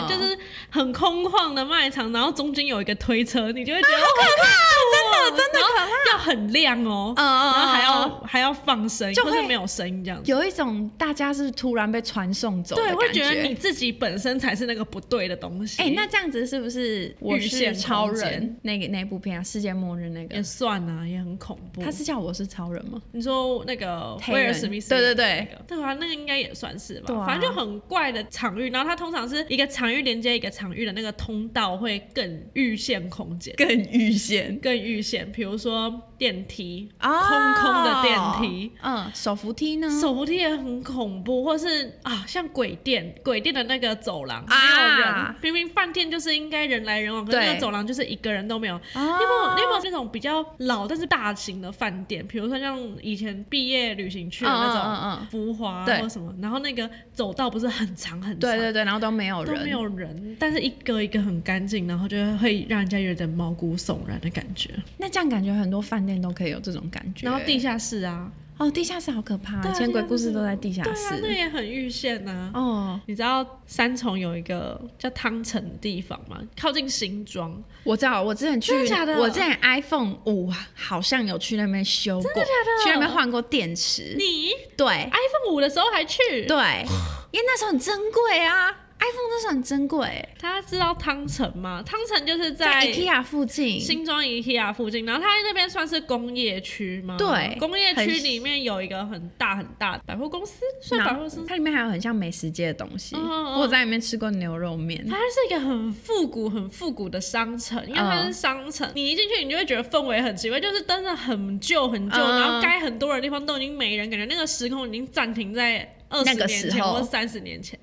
S2: 哦
S1: 就是很空旷的卖场，然后中间有一个推车，你就会觉得、啊哦好可怕， 真的真的可怕，要很亮哦，
S2: 哦嗯嗯
S1: 然后还要、
S2: 嗯
S1: 还要放声音，
S2: 就
S1: 或
S2: 会
S1: 是没有声音这样子。
S2: 有一种大家是突然被传送走的
S1: 对，
S2: 感
S1: 会觉得你自己本身才是那个不对的东西。
S2: 哎、那这样子是不是我
S1: 预限
S2: 是超
S1: 空间
S2: 人那个那部片啊？世界末日那
S1: 也
S2: 个，
S1: 算啊，也很恐怖。
S2: 他是叫我是超人吗？
S1: 你说那个
S2: 黑
S1: 威尔
S2: 人
S1: 史密斯、
S2: 对对
S1: 那
S2: 对
S1: 个，对啊，那个应该也算是吧。
S2: 对啊
S1: 反正就很怪的场域，然后它通常是一个场域连接一个场域的那个通道，会更预限空间。
S2: 更预先。
S1: 更预险，比如说电梯，
S2: 哦
S1: 空空的电梯。
S2: 嗯，手扶梯呢？
S1: 啊手扶梯也很恐怖，或是啊，像鬼店，鬼店的那个走廊没
S2: 啊
S1: 有人，明明饭店就是应该人来人往，可是那个
S2: 对
S1: 走廊就是一个人都没有。你
S2: 哦
S1: 有没有你有没有那种比较老但是大型的饭店，比如说像以前毕业旅行去的那
S2: 嗯嗯嗯
S1: 种
S2: 嗯
S1: 浮华啊
S2: 对
S1: 或什么，然后那个走道不是很长很长，
S2: 对对对，然后都没有
S1: 都
S2: 人，
S1: 没有人，但是一个一个很干净，然后就会让人家有点毛骨悚然的感觉。
S2: 那这样感觉很多饭店都可以有这种感觉。
S1: 然后地下室啊，
S2: 哦，地下室好可怕，
S1: 对啊
S2: 以前鬼故事都在地下
S1: 对啊，那
S2: 室。
S1: 也很遇现呐、啊。
S2: 哦，
S1: 你知道三重有一个叫汤城的地方吗？靠近新庄，
S2: 我知道，我之前去
S1: 真的假的，
S2: 我之前 iPhone 五好像有去那边修过，
S1: 假的
S2: 去那边换过电池。
S1: 你
S2: 对
S1: iPhone 五的时候还去？
S2: 呃对，因为那时候很珍贵啊，iPhone 那时候很珍贵，
S1: 大家知道汤城吗？汤城就是
S2: 在 IKEA 附近。
S1: 新庄 IKEA 附近，然后它那边算是工业区吗？
S2: 对
S1: 工业
S2: 很
S1: 区里面有一个很大很大的百货公司，算百
S2: 然
S1: 货公
S2: 后
S1: 司。
S2: 它里面还有很像美食街的东西，
S1: 嗯嗯嗯
S2: 我有在里面吃过牛肉面。
S1: 它是一个很复古、很复古的商城，因为它是商城，
S2: 嗯
S1: 你一进去你就会觉得氛围很奇怪，就是真的很旧很旧，
S2: 嗯
S1: 然后该很多人的地方都已经没人，感觉那个时空已经暂停在二十
S2: 那个
S1: 年
S2: 时
S1: 前
S2: 候
S1: 或三十年前。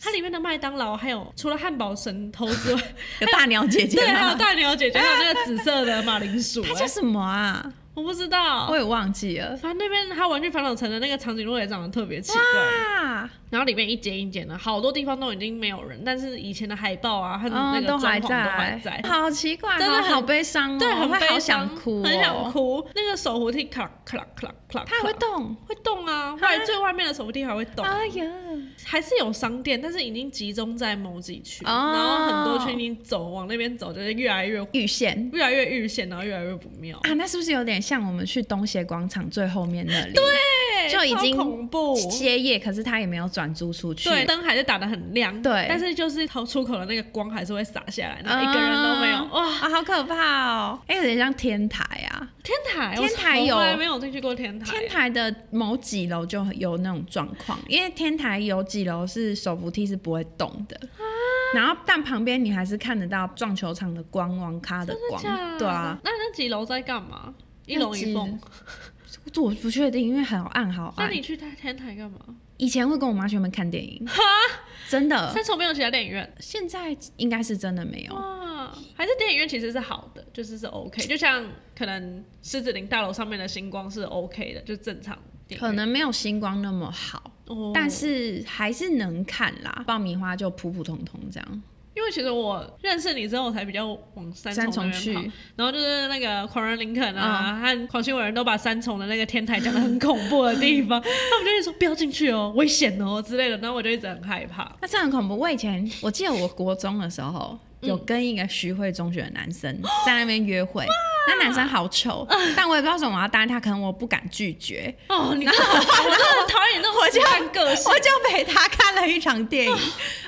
S1: 它里面的麦当劳还有除了汉堡神偷 之外，
S2: 有大鸟姐姐
S1: 对，还有
S2: 吗？
S1: 大牛姐姐，还有那个紫色的马铃 薯、
S2: 它叫
S1: 哎
S2: 什么啊？
S1: 我不知道
S2: 我，也忘记了。
S1: 反正那边它玩具反斗城的那个长颈鹿也长得特别奇怪。
S2: 啊，
S1: 然后里面一间一间的，好多地方都已经没有人，但是以前的海报啊和那
S2: 嗯，
S1: 个装
S2: 都
S1: 潢
S2: 还
S1: 都还在，
S2: 好奇怪哦，
S1: 真的很
S2: 好悲伤哦，
S1: 对，很
S2: 我会
S1: 悲
S2: 好
S1: 伤
S2: 想哭，哦
S1: 很想。哭。那个手扶梯咔啦咔啦咔啦咔啦，
S2: 它还会，动，
S1: 会动啊！外最外面的手扶梯还会动，
S2: 哎呀，
S1: 还是有商店，但是已经集中在某几区，
S2: 哦
S1: 然后很多区你走往那边走，就是越来越
S2: 遇线
S1: 越来越遇险，然后越来越不妙。
S2: 啊，那是不是有点像我们去东协广场最后面那里？
S1: 对
S2: 就已经
S1: 哎超恐怖。
S2: 歇业，可是它也没有转租出去。
S1: 对，灯还是打得很亮，
S2: 对
S1: 但是就是头出口的那个光还是会洒下来，然
S2: 啊，
S1: 后一个人都没有，哇，
S2: 啊，好可怕哦！哎，有点像天台啊，
S1: 天台，
S2: 天台
S1: 我
S2: 有
S1: 从来没有进去过天台，
S2: 天台的某几楼就有那种状况，因为天台有几楼是手扶梯是不会动的，
S1: 啊
S2: 然后但旁边你还是看得到撞球场的光、网咖的光
S1: 真的假，的
S2: 对啊。，
S1: 那那几楼在干嘛？一龙一凤，
S2: 我不确定，因为好暗好
S1: 那
S2: 暗。
S1: 你去天天台干嘛？
S2: 以前会跟我妈去那边看电影，真的
S1: 三。重没有其他电影院
S2: 现在应该是真的没
S1: 哦
S2: 有。
S1: 哇，还是电影院其实是好的，就是是 OK，就像可能狮子林大楼上面的星光是 OK 的，就正常电影
S2: 可
S1: 院。
S2: 能没有星光那么好，
S1: 哦
S2: 但是还是能看啦。爆米花就普普通通这样。
S1: 因为其实我认识你之后，我才比较往三
S2: 三
S1: 重
S2: 重
S1: 那边跑
S2: 去。
S1: 然后就是那个狂人林肯啊，和狂新伟人都把三重的那个天台讲的很恐怖的地 方，他们就会说不要进去哦，危险哦之类的。然后我就一直很害 怕。
S2: 那这很恐怖。我以前我记得我国中的时候，有跟一个徐汇中学的男 生在那边约会。那男生好丑，但我也不知道为什么我要答应他，可能我不敢拒绝，
S1: 哦，你真的好烦，我真的很讨厌你那种死看个性
S2: 我。就陪他看了一场电影。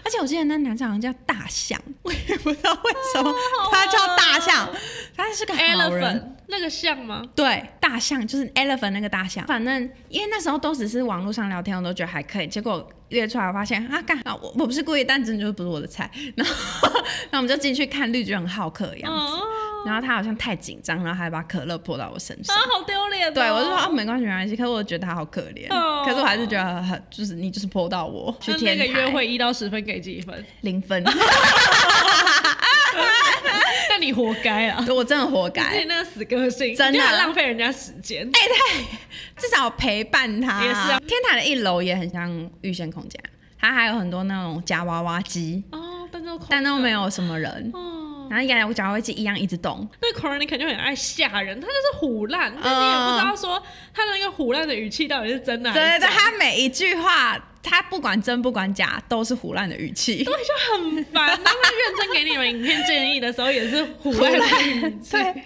S2: 而且我记得那男生好像叫大象，嗯我也不知道为什么 啊他叫大象，他是个好人
S1: Elephant 那个像吗？
S2: 对，大象就是 elephant 那个大象，反正因为那时候都只是网络上聊天，我都觉得还可以。结果约出来，我发现啊，干啊，我我不是故意，但真的就是不是我的菜。 然后，那我们就进去看，绿就很好客的样子。
S1: 哦，
S2: 然后他好像太紧张，然后还把可乐泼到我身
S1: 啊
S2: 上。，
S1: 好丢脸哦。
S2: 对，我就说啊，没关系，没关系。可是我觉得他好可怜，
S1: 哦
S2: 可是我还是觉得很，就是你就是泼到我去
S1: 那
S2: 天
S1: 那个
S2: 台，
S1: 约会一到十分给几 分？
S2: 零分，
S1: 那你活该啊！
S2: 我真的活
S1: 自
S2: 该
S1: 己。那个死个性，
S2: 哎真
S1: 你
S2: 的啊
S1: 就很浪费人家时间。哎，
S2: 至少陪伴 他。
S1: 也是啊
S2: 天台的一楼也很像御仙空间，它还有很多那种夹娃娃机，
S1: 哦，但都
S2: 但都没
S1: 有。
S2: 有什么人。
S1: 哦，
S2: 然后一来我夹娃娃机一样一直动，
S1: 那狂人你肯定很爱吓人，他就是虎烂，但你也不知道说他的那个虎烂的语气到底是嗯真的
S2: 对
S1: 还是
S2: 对对，
S1: 假的
S2: 他每一句话，他不管真不管假，都是胡乱的语气。
S1: 对，就很烦。然后他认真给你们影片建议的时候，也是虎烂的语气。
S2: 对，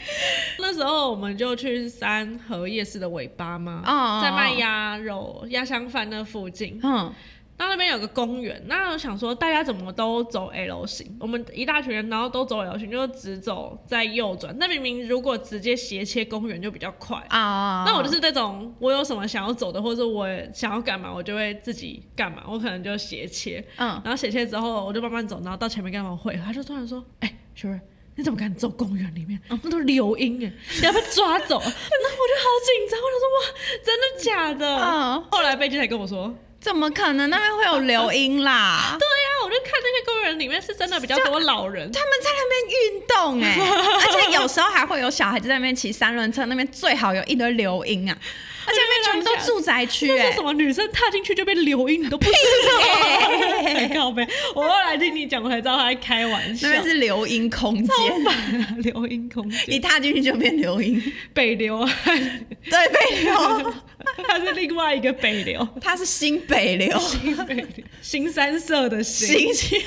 S1: 那时候我们就去三河夜市的尾巴嘛，
S2: 哦
S1: 在卖鸭肉、鸭香饭那附近，
S2: 嗯，
S1: 那那边有个公园。那我想说，大家怎么都走 L 型？我们一大群人，然后都走 L 型，就只走在右转。那明明如果直接斜切公园就比较快
S2: 啊、
S1: 那我就是那种我有什么想要走的，或者我想要干嘛，我就会自己干嘛，我可能就斜切，
S2: 嗯，
S1: 然后斜切之后我就慢慢走，然后到前面跟他们会合，他就突然说：“哎、学瑞，你怎么敢走公园里面？那都是流莺哎，你要被抓走。”那我就好紧张，我就说：“哇，真的假的？”
S2: 嗯
S1: 后来贝基才跟我说。
S2: 怎么可能那边会有流音啦？
S1: 对呀、我就看那个公园里面是真的比较多老人，
S2: 他们在那边运动哎、 而且有时候还会有小孩子在那边骑三轮车，那边最好有一堆流音啊，而且那边全部都住宅区
S1: 那
S2: 哎、
S1: 是什么女生踏进去就被流音，你都不知道。很靠背， 我后来听你讲，我才知道他在开玩笑
S2: 那。边是流音空间，
S1: 反 啊，流音空间，
S2: 一踏进去就变流 音，
S1: 北流，
S2: 对，北流，
S1: 它是另外一个北 流，
S2: 它是新北流，
S1: 北流新三社的新
S2: 新区，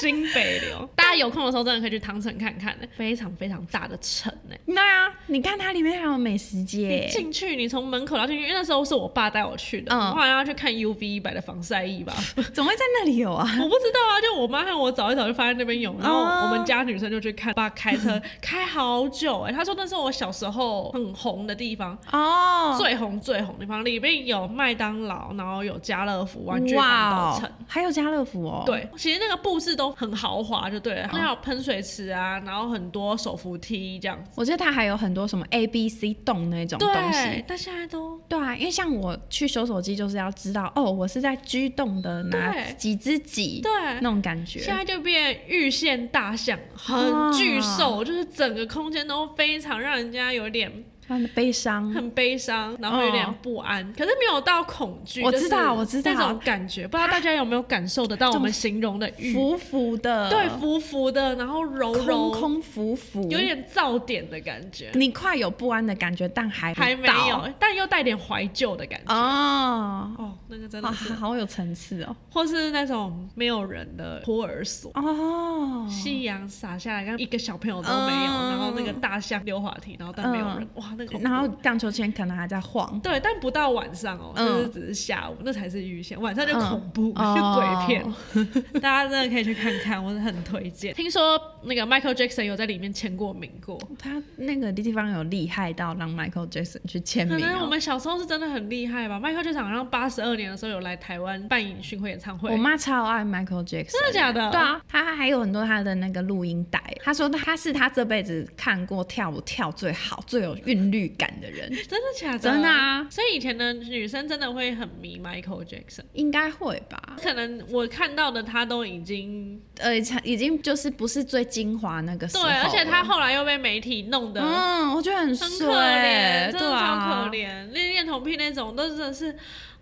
S1: 新北流。 大家有空的时候真的可以去汤城看欸看、非常非常大的城呢、
S2: 对啊，你看它里面还有美食街，
S1: 进去，你从门口到进去，因为那时候是我爸带我去的，
S2: 嗯
S1: 我好像要去看 UV 一百的防晒液吧，
S2: 怎么会在那里有啊？
S1: 我不知道啊，就我妈和我早一早就发现那边有，然后
S2: 哦
S1: 我们家女生就去看，爸开车开好久哎、欸，她说那是我小时候很红的地方，
S2: 哦，
S1: 最红最红的地方，里面有麦当劳，然后有家乐福、玩具反斗城。
S2: 哦还有家乐福哦，，
S1: 对，其实那个布置都很豪华，就对
S2: 嗯
S1: 了，还有喷水池啊，然后很多手扶梯这样子。
S2: 我记得它还有很多什么 A B C 栋那种东西，
S1: 对，但现在都
S2: 对啊，因为像我去修手机，就是要知道哦，我是在居动的哪
S1: 对
S2: 几只几，
S1: 对，
S2: 那种感觉。
S1: 现在就变玉线大象，很
S2: 啊
S1: 巨兽，就是整个空间都非常让人家有点
S2: 他的悲伤，
S1: 很悲伤，然后有点
S2: 哦
S1: 不安，可是没有到恐惧。
S2: 我
S1: 就是
S2: 知道我知道
S1: 那种感觉，不知道大家有没有感受得到我们形容的玉，
S2: 浮浮的，
S1: 对，浮浮的，然后柔柔，
S2: 啊空空浮浮，
S1: 有点噪点的感觉，
S2: 你快有不安的感觉，但还
S1: 还
S2: 不
S1: 没
S2: 到
S1: 有，但又带点怀旧的感觉。
S2: 哦，
S1: 哦，那个真
S2: 哇，
S1: 的是，
S2: 好有层次哦，
S1: 或是那种没有人的托儿所。
S2: 哦，
S1: 夕阳洒下来，刚一个小朋友都没有，
S2: 嗯
S1: 然后那个大象溜滑梯，然后但没有人，哇，那个恐怖
S2: 然后荡秋千可能还在晃，
S1: 对，但不到晚上哦，
S2: 嗯
S1: 就是只是下午，那才是预线，晚上就恐怖，
S2: 嗯
S1: 就
S2: 哦
S1: 鬼片， 大家真的可以去看看，我是很推荐。听说那个 Michael Jackson 有在里面签过名过，
S2: 他那个地方有厉害到让 Michael Jackson 去签
S1: 可
S2: 名
S1: 能我
S2: 哦。
S1: 们小时候是真的很厉害吧。Michael Jackson 好像八十二年的时候有来台湾办演巡回演唱会，
S2: 我妈超爱 Michael Jackson，
S1: 真的假的？
S2: 对，啊，他还有很多他的那个录音带。他说他是他这辈子看过跳舞跳最好、最有韵律感的人，
S1: 真的假的？
S2: 真的啊
S1: 所以以前的女生真的会很迷 Michael Jackson。
S2: 应该会吧？
S1: 可能我看到的他都已经
S2: 呃，才已经就是不是最精华那个时
S1: 对，
S2: 候了。
S1: 而且他后来又被媒体弄得
S2: 嗯，我觉得很
S1: 很
S2: 衰
S1: 可怜，真
S2: 对
S1: 的超
S2: 啊
S1: 可，怜。那恋童癖那种都真的是，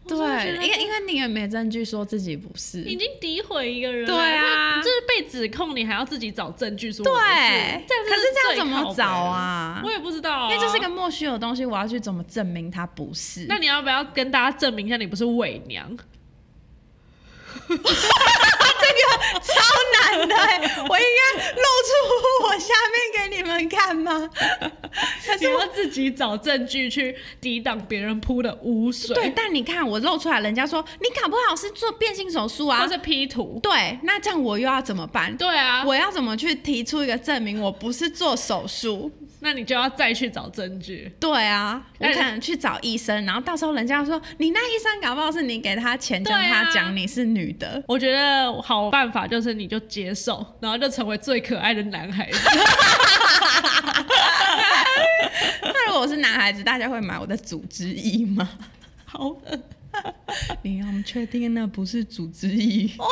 S1: 我真的觉
S2: 对，
S1: 得
S2: 因为因为你也没证据说自己不是，
S1: 已经诋毁一个人了，
S2: 对啊
S1: 就是就是被指控，你还要自己找证据说我不是
S2: 对，
S1: 这样真
S2: 可
S1: 的
S2: 是这样怎
S1: 最靠
S2: 么
S1: 北
S2: 找？啊
S1: 我？也不知道啊，
S2: 因为这是一个莫须有的东西，我要去怎么证明他不是？
S1: 那你要不要跟大家证明一下你不是伪娘？
S2: 超难的欸、我应该露出我下面给你们看 吗？可
S1: 你
S2: 是我
S1: 要自己找证据去抵挡别人铺的污水，
S2: 对，但你看我露出来，人家说你搞不好是做变性手术啊
S1: 或，是 P 图，
S2: 对，那这样我又要怎么办？
S1: 对啊，
S2: 我要怎么去提出一个证明我不是做手术？
S1: 那你就要再去找证据。
S2: 对啊，我
S1: 哎
S2: 可能去找医生，然后到时候人家说你那医生搞不好是你给他钱，
S1: 对
S2: 跟
S1: 啊
S2: 他讲你是女的，
S1: 我觉得好办法就是你就接受，然后就成为最可爱的男孩子。
S2: 那如果我是男孩子，大家会买我的组织衣吗？
S1: 好恶
S2: 你要确定那不是组织衣？
S1: 哦，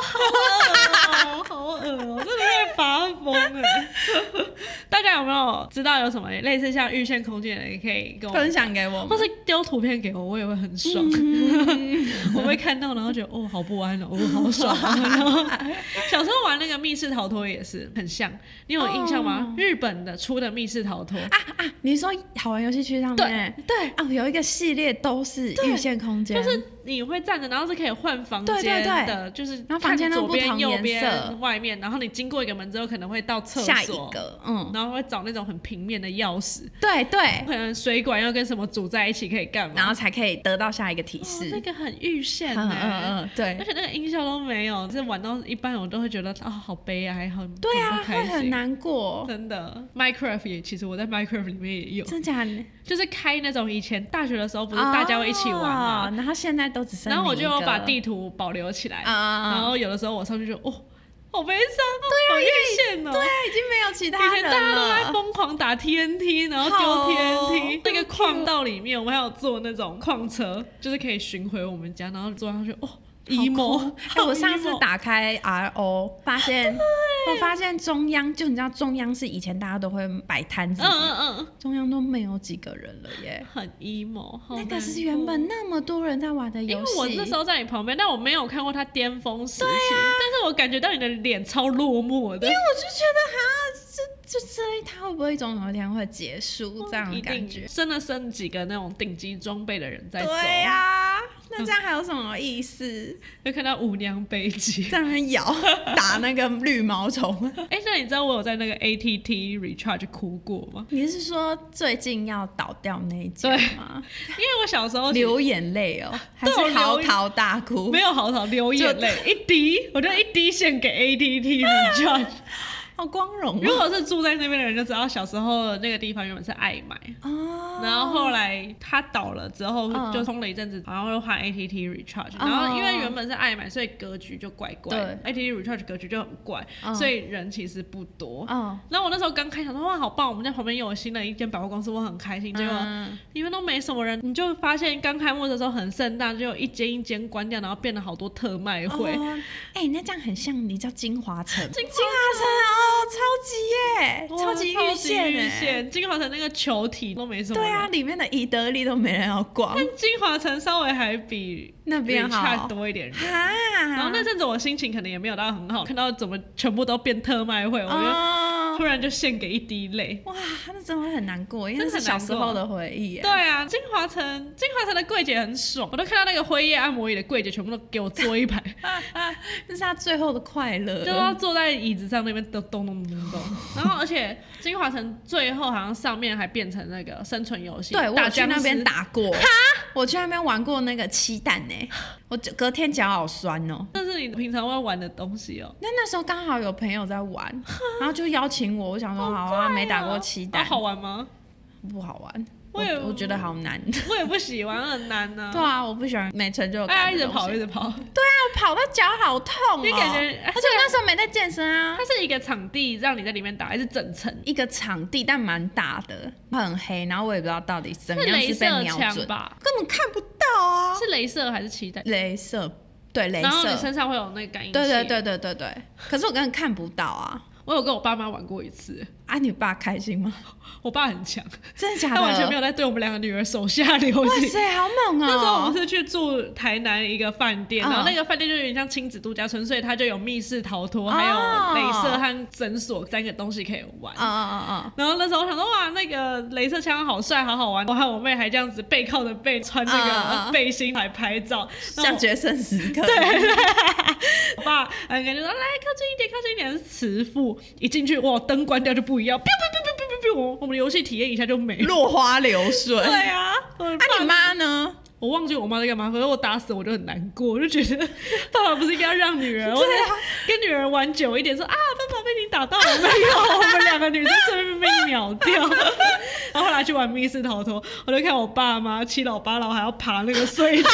S1: 好恶哦、真的会发疯哎！ 大家有没有知道有什么类似像预线空间的，也可以跟我
S2: 分享给我
S1: 或
S2: 们。
S1: 是丢图片给我，我也会很爽。
S2: 嗯
S1: 我会看到，然后觉得哦，好不安哦，哦好爽、啊。然后 小时候玩那个密室逃脱也是很像，你有印象吗？
S2: 哦
S1: 日本的出的密室逃脱，
S2: 啊啊！你说好玩游戏区上面，
S1: 对
S2: 哦，有一个系列都是
S1: 对
S2: 预限空间，
S1: 就是你会站着，然后是可以换房间
S2: 对
S1: 的，
S2: 对
S1: 就是看
S2: 然后房间都
S1: 左
S2: 不
S1: 边、
S2: 同
S1: 右
S2: 颜色
S1: 边、外面，然后你经过一个门之后，可能会到厕所，
S2: 下一个，嗯，
S1: 然后会找那种很平面的钥匙，
S2: 对对，
S1: 可能水管要跟什么组在一起可以干嘛？
S2: 然后才可以得到下一个提
S1: 哦
S2: 示。
S1: 那个很预线
S2: 嗯
S1: 呢、
S2: 嗯嗯，
S1: 而
S2: 对
S1: 且那个音效都没有，就是玩到一半我都会觉得啊、好悲哀，很
S2: 对啊，
S1: 很不
S2: 会
S1: 开
S2: 很
S1: 心。
S2: 难过，
S1: 真的，Minecraft 也其实我在 Minecraft 里面也有，
S2: 真假的？
S1: 就是开那种以前大学的时候不是大家会一起玩嘛，
S2: 哦哦然后现在都只剩
S1: 然后我
S2: 你
S1: 就
S2: 一
S1: 有
S2: 个
S1: 把地图保留起来，
S2: 啊啊啊
S1: 然后有的时候我上去就哦，好悲伤，对啊，好遇线哦，
S2: 对啊，已经没有其
S1: 以
S2: 他
S1: 前
S2: 人
S1: 大家都在
S2: 了。
S1: 疯狂打 TNT，然后丢
S2: 好
S1: TNT，那个
S2: 好
S1: 矿道里面，我们还有坐那种矿车，就是可以巡回我们家，然后坐上去，哦
S2: 好
S1: ，emo
S2: 酷。
S1: 好
S2: 哎，我上次
S1: emo
S2: 打开 RO，发现我发现中央，就你知道中央是以前大家都会摆摊子
S1: 嗯，嗯嗯，
S2: 中央都没有几个人了耶。
S1: 很 emo，好
S2: 那
S1: 难
S2: 个是原
S1: 过
S2: 本那么多人在玩的
S1: 因
S2: 游
S1: 为
S2: 戏，
S1: 我那时候在你旁边，但我没有看过他巅峰时期，
S2: 啊
S1: 但是我感觉到你的脸超落寞的，
S2: 我就觉得哈，这这这一套会不会总有一天会结束这样的
S1: 一
S2: 感
S1: 定
S2: 觉？
S1: 真的剩几个那种顶级装备的人在走，
S2: 对啊呀、那这样还有什么意思？
S1: 就看到舞娘背脊。
S2: 在那边咬 打那个绿毛虫？
S1: 哎、那你知道我有在那个 ATT Recharge 哭过吗？
S2: 你是说最近要倒掉那一家吗？
S1: 因为我小时候其实
S2: 流眼 泪哦，还
S1: 对我
S2: 是
S1: 流
S2: 嚎啕大哭？
S1: 没有好好流眼泪，一滴，我就一滴献给 ATT Recharge。
S2: 好光荣
S1: 如
S2: 哦。
S1: 果是住在那边的人就知道，小时候那个地方原本是爱买，
S2: 哦
S1: 然后后来它倒了之后，
S2: 嗯
S1: 就通了一阵子，然后又换 ATT Recharge，、
S2: 哦
S1: 然后因为原本是爱买，所以格局就怪怪的，ATT Recharge 格局就很怪，
S2: 嗯
S1: 所以人其实不多。
S2: 哦，
S1: 那我那时候刚开，想说哇，好棒！我们家旁边又有新的一间百货公司，我很开心。结果
S2: 嗯
S1: 因为都没什么人，你就发现刚开幕的时候很盛大，就有一间一间关掉，然后变得好多特卖会。
S2: 哦哎、那这样很像你叫金华城，
S1: 金华
S2: 华城哦，超级耶，
S1: 哇
S2: 超级
S1: 超
S2: 遇
S1: 级
S2: 见
S1: 玉
S2: 哎，
S1: 线，金华城那个球体都没什么
S2: 对
S1: 人。
S2: 啊，里面的宜得利都没人要逛，
S1: 但金华城稍微还比
S2: 那边
S1: Richard
S2: 好
S1: 多一点人。
S2: 哈。
S1: 然后
S2: 嗯
S1: 那阵子我心情可能也没有到很好，看到怎么全部都变特卖会，我就
S2: 哦
S1: 突，然就献给一滴泪。
S2: 哇，那真的会很难过，因为
S1: 真
S2: 那
S1: 的
S2: 是
S1: 很
S2: 小
S1: 难
S2: 时
S1: 过
S2: 候的回忆耶。
S1: 对啊，金华城金华城的柜姐很爽，我都看到那个辉夜按摩椅的柜姐全部都给我坐 一排，
S2: 那是他最后的快乐。
S1: 就要坐在椅子上那边咚咚咚咚 咚。然后而且金华城最后好像上面还变成那个生存游戏，
S2: 对，我
S1: 打
S2: 有去
S1: 僵
S2: 那边
S1: 尸，
S2: 打过，我去那边玩过那个鸡蛋呢，我就隔天脚好酸哦。
S1: 那是你平常会玩的东西哦、
S2: 那那时候刚好有朋友在玩，然后就邀请我，我想说好啊，没打过鸡
S1: 啊
S2: 蛋，
S1: 好玩吗？
S2: 不好玩，
S1: 我也嗯
S2: 我我觉得好难。
S1: 我也不喜欢，很难呢、
S2: 对啊，我不喜欢没成就
S1: 哎，
S2: 感
S1: 一
S2: 的
S1: 直
S2: 东西。哦哎
S1: 跑，一直跑。
S2: 我跑到脚好痛哦，
S1: 因为感觉
S2: 而且我那时候没在健身啊
S1: 它。是一个场地，让你在里面打，还是整层？
S2: 一个场地，但蛮大的，很黑，然后我也不知道到底怎么
S1: 是
S2: 样
S1: 镭
S2: 是被
S1: 射
S2: 瞄
S1: 枪
S2: 准，
S1: 吧？
S2: 根本看不到啊！
S1: 是镭射还是脐带？
S2: 镭射，对镭
S1: 然后你
S2: 射，
S1: 身上会有那个感应器。
S2: 对对对，对对对。可是我根本看不到啊！
S1: 我有跟我爸妈玩过一次，
S2: 啊，你爸开心吗？
S1: 我爸很强，
S2: 真的假
S1: 他
S2: 的？
S1: 完全没有在对我们两个女儿手下留
S2: 哇
S1: 情。
S2: 塞，好猛哦！
S1: 那时候我们是去住台南一个饭店，
S2: 嗯
S1: 然后那个饭店就有点像亲子度假村，所以它就有密室逃脱，还有
S2: 哦
S1: 镭射和诊所三个东西可以玩。
S2: 啊啊啊啊！
S1: 然后那时候我想说，哇，那个镭射枪好帅，好好玩。我和我妹还这样子背靠着背穿那
S2: 啊
S1: 个背心来拍照，那
S2: 像
S1: 我
S2: 决胜时 刻，
S1: 我爸嗯感觉说来靠近一点，靠近一点是慈父。一进去哇，灯关掉就不一样，biu biu biu biu biu biu，我我们游戏体验一下就没了。
S2: 落花流水。
S1: 对
S2: 啊，
S1: 啊，我的
S2: 你
S1: 爸
S2: 妈呢？
S1: 我忘记我妈在干嘛，可是我打死我就很难过，我就觉得爸爸不是应该要让女儿， 我得跟女儿玩久一点，说啊，爸爸被你打到了没有？我们两个女生顺便被秒掉。 然后后来去玩密室逃脱，我就看我爸妈七老八老还要爬那个隧道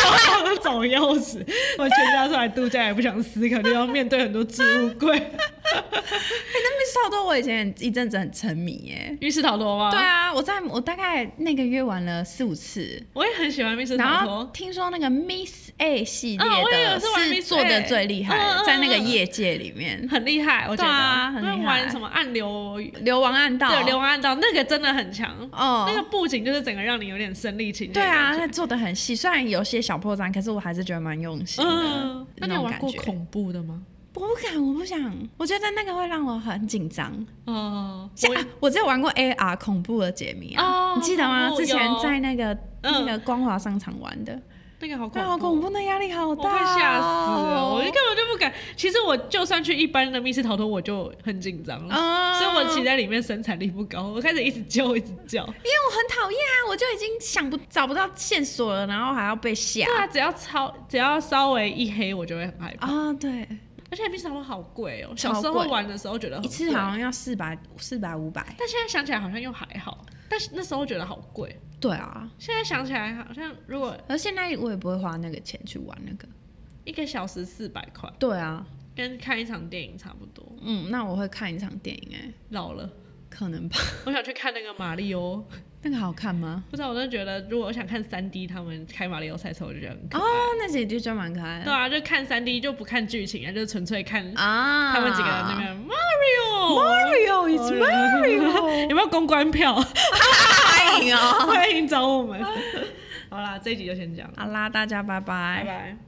S1: 找钥匙，我全家出来度假也不想死，可能要面对很多置物柜。
S2: 哎那密室逃脱，我以前一阵子很沉迷耶。
S1: 密室逃脱吗？
S2: 对，啊，我在我大概那个月玩了四五次，
S1: 我也很喜欢密室
S2: 然
S1: 逃
S2: 后
S1: 脱。
S2: 听说那个 Miss A 系列
S1: 嗯我也有
S2: 的
S1: 是玩 Miss
S2: 做的
S1: A
S2: 最厉害
S1: 嗯嗯
S2: 的，
S1: 嗯
S2: 在那个业界里面，
S1: 很厉害，我觉得，
S2: 对啊很厉害
S1: 因为玩什么暗流，
S2: 流亡暗道，
S1: 对，啊流亡暗道那个真的很强，
S2: 哦，
S1: 那个布景就是整个让你有点身临其境。
S2: 对啊，，他做的很细，虽然有些小破绽，可是我还是觉得蛮用心的。
S1: 嗯，那你有
S2: 种
S1: 玩
S2: 感
S1: 过
S2: 觉？
S1: 恐怖的吗？
S2: 我不敢，我不想，我觉得那个会让我很紧张。
S1: 哦，
S2: 像
S1: 我
S2: 我只有玩过 AR 恐怖的解谜啊，
S1: 哦
S2: 你记得吗？
S1: 恐怖
S2: 之前
S1: 有
S2: 在那个、那
S1: 嗯
S2: 个光华商场玩的，
S1: 那个好恐
S2: 那
S1: 怖，哦
S2: 好恐怖，那压力好
S1: 我
S2: 大、哦
S1: 快吓死了，我就
S2: 个
S1: 根本就不敢。其实我就算去一般的密室逃脱，我就很紧张了。
S2: 啊
S1: 所以我其实在里面生产力不高，我开始一直叫，一直叫。
S2: 因为我很讨厌啊，我就已经想不找不到线索了，然后还要被吓
S1: 对啊，只要超只要稍微一黑，我就会很害怕。
S2: 啊、对，
S1: 而且密室逃脱好贵哦，
S2: 超
S1: 小
S2: 贵
S1: 时候玩的时候觉得很
S2: 一
S1: 贵
S2: 次好，像要四百四百五百，
S1: 但现在想起来好像又还好，但是那时候觉得好贵。
S2: 对啊，
S1: 现在想起来好像如果
S2: 而现在我也不会花那个钱去玩那个，
S1: 一个小时四百块，
S2: 对啊，
S1: 跟看一场电影差不多。
S2: 嗯，那我会看一场电影哎、
S1: 老了，
S2: 可能吧。
S1: 我想去看那个马里奥，
S2: 那个好看吗？
S1: 不知道我真的觉得，如果我想看三 D 他们开马里奥赛车，我就觉得很可
S2: 哦
S1: 爱。，
S2: 那几句就蛮可爱
S1: 对
S2: 的
S1: 啊，就看三 D 就不看剧情啊，就纯粹看
S2: 啊。
S1: 他们几个人那边 Mario。
S2: Mario，It's Mario，
S1: 有没有公关票？
S2: 欢迎哦。
S1: 欢迎找我们。好啦，这一集就先这样，
S2: 好啦，大家拜
S1: 拜
S2: 拜。
S1: 拜。